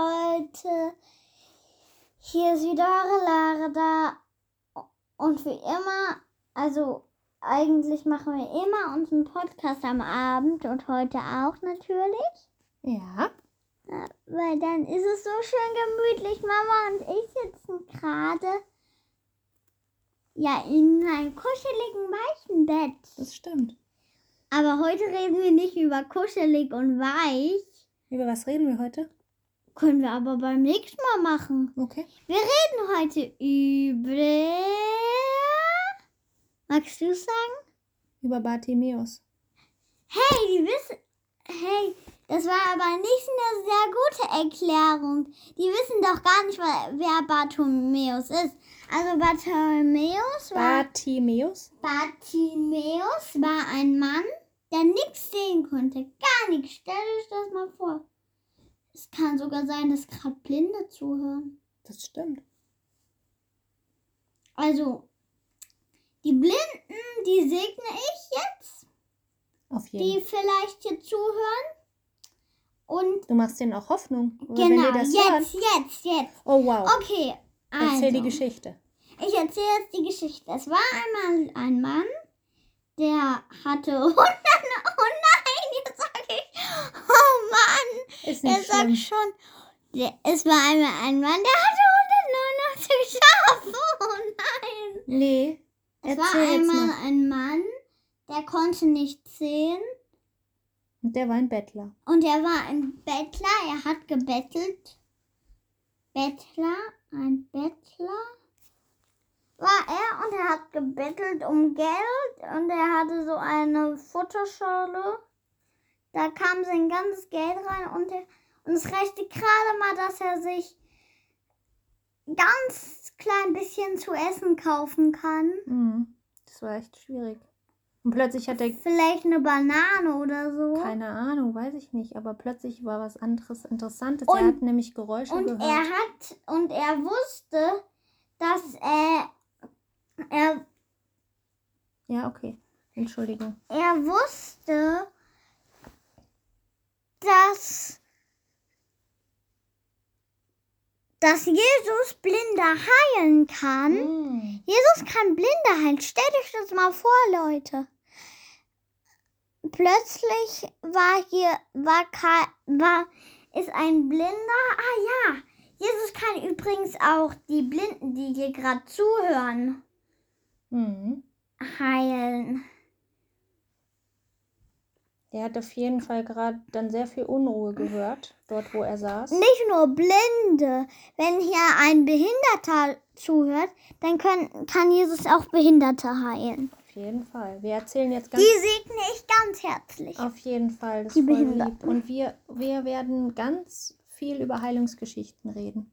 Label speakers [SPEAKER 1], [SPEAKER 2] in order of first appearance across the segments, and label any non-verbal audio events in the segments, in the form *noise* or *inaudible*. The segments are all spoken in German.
[SPEAKER 1] Leute, hier ist wieder eure Lara da. Und wie immer, also eigentlich machen wir immer unseren Podcast am Abend und heute auch natürlich,
[SPEAKER 2] Ja.
[SPEAKER 1] weil dann ist es so schön gemütlich. Mama und ich sitzen gerade ja in einem kuscheligen weichen Bett.
[SPEAKER 2] Das stimmt.
[SPEAKER 1] Aber heute reden wir nicht über kuschelig und weich.
[SPEAKER 2] Über was reden wir heute?
[SPEAKER 1] Können wir aber beim nächsten Mal machen.
[SPEAKER 2] Okay.
[SPEAKER 1] Wir reden heute über. Magst du sagen?
[SPEAKER 2] Über Bartimeus.
[SPEAKER 1] Hey, die wissen. Hey, das war aber nicht eine sehr gute Erklärung. Die wissen doch gar nicht, wer wer Bartholomäus ist. Also Bartholomäus war.
[SPEAKER 2] Bartimeus?
[SPEAKER 1] Bartimäus war ein Mann, der nichts sehen konnte. Gar nichts. Stell euch das mal vor. Es kann sogar sein, dass gerade Blinde zuhören.
[SPEAKER 2] Das stimmt.
[SPEAKER 1] Also, die Blinden, die segne ich jetzt,
[SPEAKER 2] Auf jeden
[SPEAKER 1] die vielleicht hier zuhören. Und
[SPEAKER 2] Du machst denen auch Hoffnung. Oder Wenn
[SPEAKER 1] genau,
[SPEAKER 2] die das
[SPEAKER 1] jetzt,
[SPEAKER 2] hören.
[SPEAKER 1] jetzt, jetzt.
[SPEAKER 2] Oh wow.
[SPEAKER 1] Okay, also,
[SPEAKER 2] Erzähl die Geschichte.
[SPEAKER 1] ich erzähle jetzt die Geschichte. Es war einmal ein Mann, der hatte *laughs* 100, oh nein, jetzt sag ich, oh Mann.
[SPEAKER 2] Ist
[SPEAKER 1] Er
[SPEAKER 2] nicht
[SPEAKER 1] sagt
[SPEAKER 2] schlimm.
[SPEAKER 1] schon, der, es war einmal ein Mann, der hatte 189 Schafe. Oh nein.
[SPEAKER 2] Nee.
[SPEAKER 1] Es war
[SPEAKER 2] Erzähl jetzt
[SPEAKER 1] einmal
[SPEAKER 2] mal.
[SPEAKER 1] ein Mann, der konnte nicht sehen
[SPEAKER 2] Und der war ein Bettler.
[SPEAKER 1] und er war ein Bettler, er hat gebettelt. Bettler, ein Bettler war er und er hat gebettelt um Geld und er hatte so eine Futterschale. Da kam sein ganzes Geld rein und, er, und es reichte gerade mal, dass er sich ganz klein bisschen zu essen kaufen kann.
[SPEAKER 2] Mhm. Das war echt schwierig. Und plötzlich hat er
[SPEAKER 1] Vielleicht eine Banane oder so.
[SPEAKER 2] keine Ahnung, weiß ich nicht, aber plötzlich war was anderes Interessantes.
[SPEAKER 1] Und-
[SPEAKER 2] er hat nämlich Geräusche
[SPEAKER 1] und
[SPEAKER 2] gehört.
[SPEAKER 1] er hat und er wusste, dass er, er
[SPEAKER 2] ja, okay. Entschuldigung.
[SPEAKER 1] er wusste, dass dass Jesus Blinde heilen kann.
[SPEAKER 2] Mhm.
[SPEAKER 1] Jesus kann Blinde heilen. Stellt euch das mal vor, Leute. Plötzlich war hier, war, Ka- war, ist ein Blinder. Ah ja, Jesus kann übrigens auch die Blinden, die hier gerade zuhören,
[SPEAKER 2] Mhm.
[SPEAKER 1] heilen.
[SPEAKER 2] Der hat auf jeden Fall gerade dann sehr viel Unruhe gehört, dort wo er saß.
[SPEAKER 1] Nicht nur Blinde. Wenn hier ein Behinderter zuhört, dann können, kann Jesus auch Behinderte heilen.
[SPEAKER 2] Auf jeden Fall. Wir erzählen jetzt
[SPEAKER 1] Die
[SPEAKER 2] ganz
[SPEAKER 1] segne ich ganz herzlich.
[SPEAKER 2] auf jeden Fall das
[SPEAKER 1] Die
[SPEAKER 2] ist voll lieb.
[SPEAKER 1] Behinderten.
[SPEAKER 2] Und wir, wir werden ganz viel über Heilungsgeschichten reden.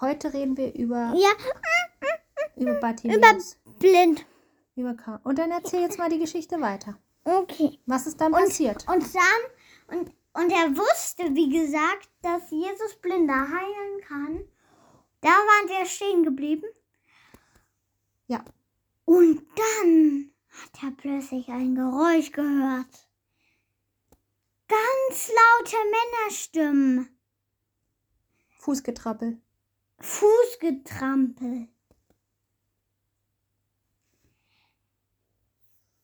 [SPEAKER 2] Heute reden wir über,
[SPEAKER 1] Ja,
[SPEAKER 2] über Bartimäus.
[SPEAKER 1] blind.
[SPEAKER 2] Über Ka und dann erzähl jetzt mal die Geschichte weiter.
[SPEAKER 1] Okay.
[SPEAKER 2] Was ist dann passiert?
[SPEAKER 1] Und dann, und, und er wusste, wie gesagt, dass Jesus Blinder heilen kann. Da waren wir stehen geblieben.
[SPEAKER 2] Ja.
[SPEAKER 1] Und dann hat er plötzlich ein Geräusch gehört. Ganz laute Männerstimmen.
[SPEAKER 2] Fußgetrappel.
[SPEAKER 1] Fußgetrampel.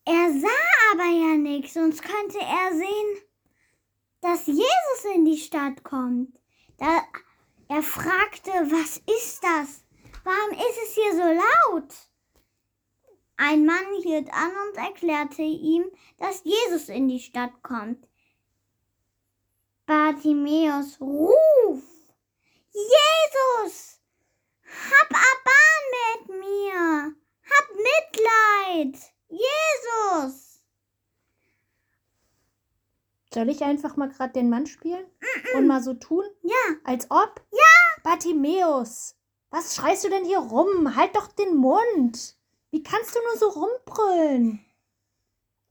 [SPEAKER 1] Er sah aber ja nichts, sonst könnte er sehen, dass Jesus in die Stadt kommt. Da er fragte, was ist das? Warum ist es hier so laut? Ein Mann hielt an und erklärte ihm, dass Jesus in die Stadt kommt. Bartimäus, ruf! Jesus! Hab Erbarmen mit mir! Hab Mitleid! Jesus!
[SPEAKER 2] Soll ich einfach mal gerade den Mann spielen und mal so tun,
[SPEAKER 1] Ja,
[SPEAKER 2] als ob? Ja. Bartimäus, was schreist du denn hier rum? Halt doch den Mund. Wie kannst du nur so rumbrüllen?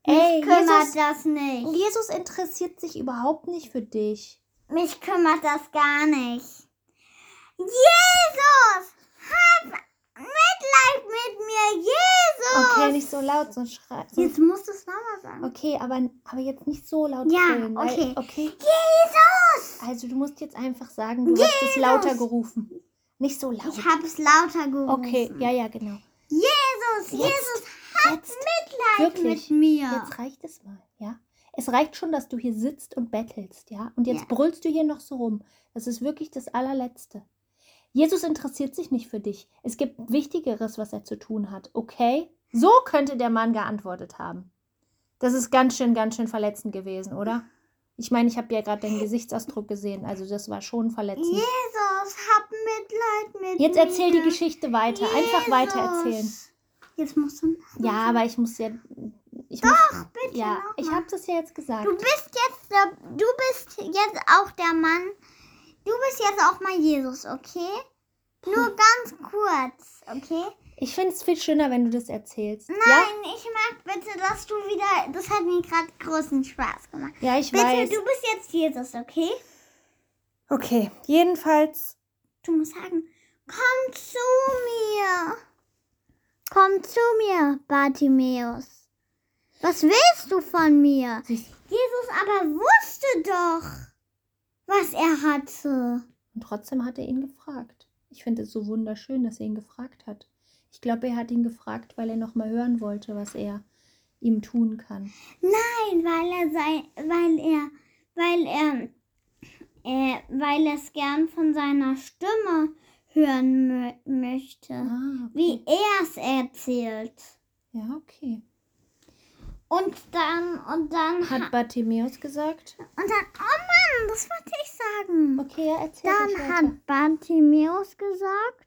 [SPEAKER 2] Ey,
[SPEAKER 1] mich kümmert
[SPEAKER 2] Jesus,
[SPEAKER 1] das nicht.
[SPEAKER 2] Jesus interessiert sich überhaupt nicht für dich.
[SPEAKER 1] Mich kümmert das gar nicht. Jesus! Hab Mitleid mit mir! Jesus!
[SPEAKER 2] Okay, nicht so laut, sonst schrei.
[SPEAKER 1] Jetzt musst du es nochmal sagen.
[SPEAKER 2] Okay, aber, aber jetzt nicht so laut
[SPEAKER 1] Ja,
[SPEAKER 2] brüllen, weil-
[SPEAKER 1] okay.
[SPEAKER 2] okay.
[SPEAKER 1] Jesus!
[SPEAKER 2] Also du musst jetzt einfach sagen, du hast es lauter gerufen. Nicht so laut.
[SPEAKER 1] Ich habe es lauter gerufen.
[SPEAKER 2] Okay, ja, ja, genau.
[SPEAKER 1] Jesus, Jesus, hat
[SPEAKER 2] Jetzt.
[SPEAKER 1] Mitleid
[SPEAKER 2] Wirklich.
[SPEAKER 1] mit mir.
[SPEAKER 2] Jetzt reicht es mal, ja? Es reicht schon, dass du hier sitzt und bettelst, ja? Und jetzt
[SPEAKER 1] Ja.
[SPEAKER 2] brüllst du hier noch so rum. Das ist wirklich das allerletzte. Jesus interessiert sich nicht für dich. Es gibt Wichtigeres, was er zu tun hat, okay? So könnte der Mann geantwortet haben. Das ist ganz schön, ganz schön verletzend gewesen, oder? Ich meine, ich habe ja gerade deinen Gesichtsausdruck gesehen, also das war schon verletzend.
[SPEAKER 1] Jesus, hab Mitleid mit mir.
[SPEAKER 2] Jetzt erzähl die Geschichte weiter, einfach weiter erzählen.
[SPEAKER 1] Jesus. Jetzt musst du.
[SPEAKER 2] Ja, aber ich muss ja. Ich Doch, muss, bitte. Ja,
[SPEAKER 1] noch
[SPEAKER 2] ich
[SPEAKER 1] mal.
[SPEAKER 2] habe das ja jetzt gesagt.
[SPEAKER 1] Du bist jetzt der, du bist jetzt auch der Mann. Du bist jetzt auch mal Jesus, okay?
[SPEAKER 2] Hm.
[SPEAKER 1] Nur ganz kurz, okay?
[SPEAKER 2] Ich finde es viel schöner, wenn du das erzählst.
[SPEAKER 1] Nein, ich mag bitte, dass du wieder. Das hat mir gerade großen Spaß gemacht.
[SPEAKER 2] Ja, ja ich
[SPEAKER 1] Bitte,
[SPEAKER 2] weiß.
[SPEAKER 1] du bist jetzt Jesus, okay?
[SPEAKER 2] Okay, jedenfalls.
[SPEAKER 1] Du musst sagen, komm zu mir. Komm zu mir, Bartimäus. Was willst du von mir? Jesus aber wusste doch, was er hatte.
[SPEAKER 2] Und trotzdem hat er ihn gefragt. Ich finde es so wunderschön, dass er ihn gefragt hat. Ich glaube, er hat ihn gefragt, weil er nochmal hören wollte, was er ihm tun kann.
[SPEAKER 1] Nein, weil er sein, weil er, weil er, äh, weil er es gern von seiner Stimme hören mö möchte,
[SPEAKER 2] Ah,
[SPEAKER 1] wie
[SPEAKER 2] okay.
[SPEAKER 1] er es erzählt.
[SPEAKER 2] Ja, okay.
[SPEAKER 1] Und dann, und dann, ha-
[SPEAKER 2] Hat Bartimäus gesagt?
[SPEAKER 1] und dann, oh Mann, das wollte ich sagen.
[SPEAKER 2] Okay, ja, erzähl ruhig
[SPEAKER 1] Dann
[SPEAKER 2] weiter.
[SPEAKER 1] hat Bartimäus gesagt.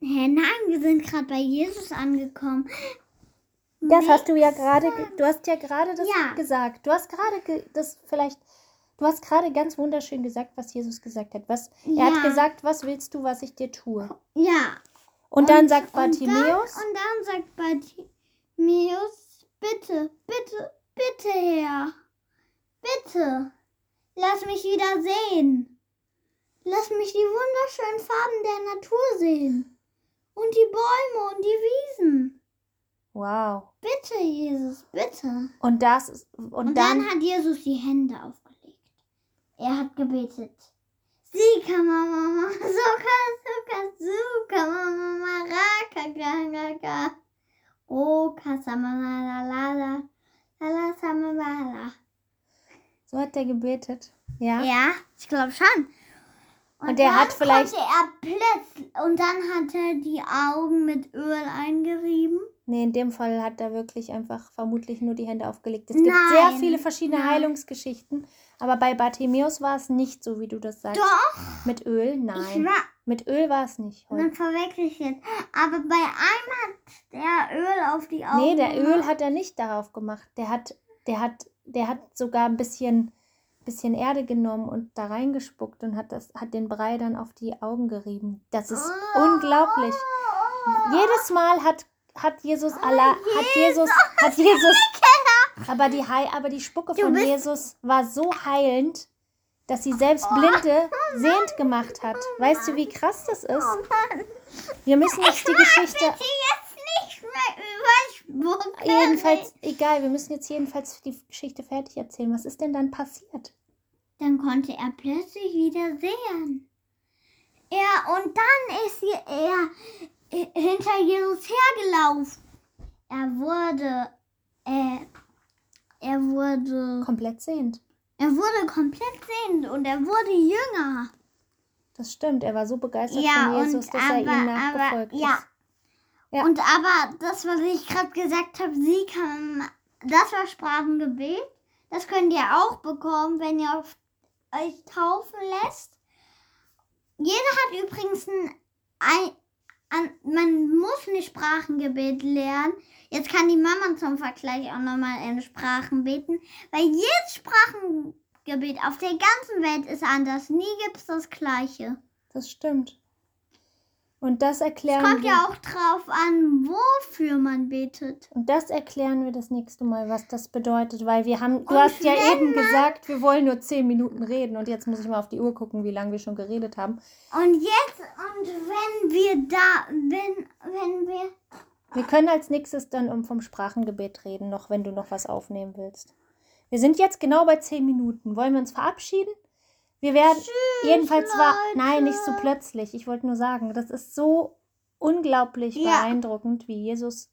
[SPEAKER 1] Hä, nein, wir sind gerade bei Jesus angekommen.
[SPEAKER 2] Das hast du ja gerade, ge- du hast ja gerade das
[SPEAKER 1] Ja.
[SPEAKER 2] gesagt. Du hast gerade ge das vielleicht, du hast gerade ganz wunderschön gesagt, was Jesus gesagt hat. Was, Er hat
[SPEAKER 1] Ja.
[SPEAKER 2] gesagt, was willst du, was ich dir tue?
[SPEAKER 1] Ja.
[SPEAKER 2] Und, dann sagt Bartimäus,
[SPEAKER 1] Und dann, und dann sagt Bartimäus, bitte, bitte, bitte, Herr. Bitte, lass mich wieder sehen. Lass mich die wunderschönen Farben der Natur sehen. Und die Bäume und die Wiesen.
[SPEAKER 2] wow.
[SPEAKER 1] Bitte, Jesus, bitte.
[SPEAKER 2] Und das ist, und,
[SPEAKER 1] Und
[SPEAKER 2] dann,
[SPEAKER 1] dann, hat Jesus die Hände aufgelegt. Er hat gebetet. Sika mama *laughs* soka soka suka mama raka gaga ga. O kasama la la la la la la sama la la.
[SPEAKER 2] so hat er gebetet. Ja.
[SPEAKER 1] Ja, ich glaube schon.
[SPEAKER 2] Und er
[SPEAKER 1] dann
[SPEAKER 2] hat vielleicht-
[SPEAKER 1] konnte er plötzlich und dann hat er die Augen mit Öl eingerieben.
[SPEAKER 2] Nee, in dem Fall hat er wirklich einfach vermutlich nur die Hände aufgelegt. Es gibt
[SPEAKER 1] Nein,
[SPEAKER 2] sehr viele verschiedene
[SPEAKER 1] nein.
[SPEAKER 2] Heilungsgeschichten, aber bei Bartimäus war es nicht so, wie du das sagst.
[SPEAKER 1] Doch,
[SPEAKER 2] Mit Öl?
[SPEAKER 1] ich
[SPEAKER 2] Nein.
[SPEAKER 1] war
[SPEAKER 2] Mit Öl war es nicht.
[SPEAKER 1] Und dann verwechsel ich jetzt. Aber bei einem hat der Öl auf die Augen.
[SPEAKER 2] Nee, der Öl
[SPEAKER 1] gemacht.
[SPEAKER 2] hat er nicht darauf gemacht. Der hat, der hat, der hat sogar ein bisschen, bisschen Erde genommen und da reingespuckt und hat das, hat den Brei dann auf die Augen gerieben. Das ist
[SPEAKER 1] Oh.
[SPEAKER 2] unglaublich. Jedes Mal hat, hat Jesus
[SPEAKER 1] Oh,
[SPEAKER 2] Allah, hat Jesus,
[SPEAKER 1] *laughs*
[SPEAKER 2] hat Jesus. Aber die, Hei- aber die Spucke
[SPEAKER 1] Du
[SPEAKER 2] von
[SPEAKER 1] bist-
[SPEAKER 2] Jesus war so heilend, dass sie selbst Blinde
[SPEAKER 1] Oh,
[SPEAKER 2] sehend gemacht hat. Weißt du, wie krass das ist? Wir müssen jetzt die Geschichte
[SPEAKER 1] Bitte jetzt nicht mehr überspucken.
[SPEAKER 2] Jedenfalls, egal, wir müssen jetzt jedenfalls die Geschichte fertig erzählen. Was ist denn dann passiert?
[SPEAKER 1] Dann konnte er plötzlich wieder sehen. Er und dann ist je- er äh, hinter Jesus hergelaufen. Er wurde, äh, er wurde,
[SPEAKER 2] Komplett sehend.
[SPEAKER 1] er wurde komplett sehend und er wurde jünger.
[SPEAKER 2] Das stimmt, er war so begeistert
[SPEAKER 1] Ja,
[SPEAKER 2] von Jesus,
[SPEAKER 1] und
[SPEAKER 2] dass er
[SPEAKER 1] aber-
[SPEAKER 2] ihm nachgefolgt
[SPEAKER 1] aber- ja.
[SPEAKER 2] ist. Ja.
[SPEAKER 1] Und aber das, was ich gerade gesagt habe, sie kann, das war Sprachengebet. Das könnt ihr auch bekommen, wenn ihr auf, euch taufen lässt. Jeder hat übrigens ein, ein, an- man muss nicht Sprachengebet lernen. Jetzt kann die Mama zum Vergleich auch nochmal in Sprachen beten, weil jedes Sprachengebet auf der ganzen Welt ist anders. Nie gibt es das Gleiche.
[SPEAKER 2] Das stimmt. Und das erklären
[SPEAKER 1] Kommt
[SPEAKER 2] wir.
[SPEAKER 1] ja auch drauf an, wofür man betet.
[SPEAKER 2] und das erklären wir das nächste Mal, was das bedeutet, weil wir haben, du
[SPEAKER 1] Und
[SPEAKER 2] hast ja
[SPEAKER 1] wenn
[SPEAKER 2] eben gesagt, wir wollen nur zehn Minuten reden und jetzt muss ich mal auf die Uhr gucken, wie lange wir schon geredet haben.
[SPEAKER 1] Und jetzt, und wenn wir da, wenn, wenn wir, Ah.
[SPEAKER 2] Wir können als nächstes dann um vom Sprachengebet reden, noch wenn du noch was aufnehmen willst. Wir sind jetzt genau bei zehn Minuten. Wollen wir uns verabschieden? Wir werden jedenfalls war. Nein, nicht so plötzlich. Ich wollte nur sagen, das ist so unglaublich
[SPEAKER 1] Ja.
[SPEAKER 2] beeindruckend, wie Jesus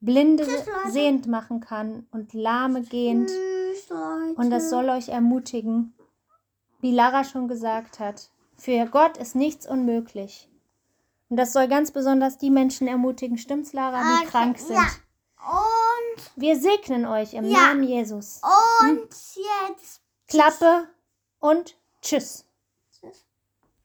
[SPEAKER 2] Blinde
[SPEAKER 1] Tschüss, Leute.
[SPEAKER 2] sehend machen kann und Lahme gehend.
[SPEAKER 1] Tschüss, Leute.
[SPEAKER 2] Und das soll euch ermutigen, wie Lara schon gesagt hat, für Gott ist nichts unmöglich. Und das soll ganz besonders die Menschen ermutigen, stimmt's Lara, die
[SPEAKER 1] Okay,
[SPEAKER 2] krank sind.
[SPEAKER 1] Also, ja. Und,
[SPEAKER 2] Wir segnen euch im
[SPEAKER 1] Ja.
[SPEAKER 2] Namen Jesus.
[SPEAKER 1] und jetzt.
[SPEAKER 2] Klappe und tschüss.